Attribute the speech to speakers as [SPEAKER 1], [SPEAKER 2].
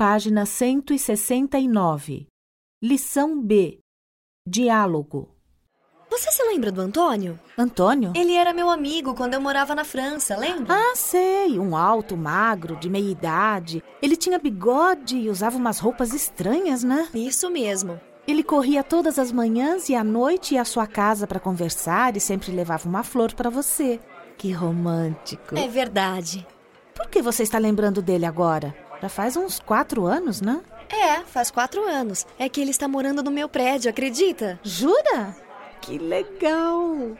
[SPEAKER 1] Página 169. Lição B. Diálogo.
[SPEAKER 2] Você se lembra do Antônio?
[SPEAKER 1] Antônio?
[SPEAKER 2] Ele era meu amigo quando eu morava na França, lembra?
[SPEAKER 1] Ah, sei, um alto, magro, de meia idade. Ele tinha bigode e usava umas roupas estranhas, né?
[SPEAKER 2] Isso mesmo.
[SPEAKER 1] Ele corria todas as manhãs e à noite ia à sua casa para conversar e sempre levava uma flor para você. Que romântico.
[SPEAKER 2] É verdade.
[SPEAKER 1] Por que você está lembrando dele agora? Já faz uns quatro anos, né?
[SPEAKER 2] É, faz quatro anos. É que ele está morando no meu prédio, acredita?
[SPEAKER 1] Jura? Que legal!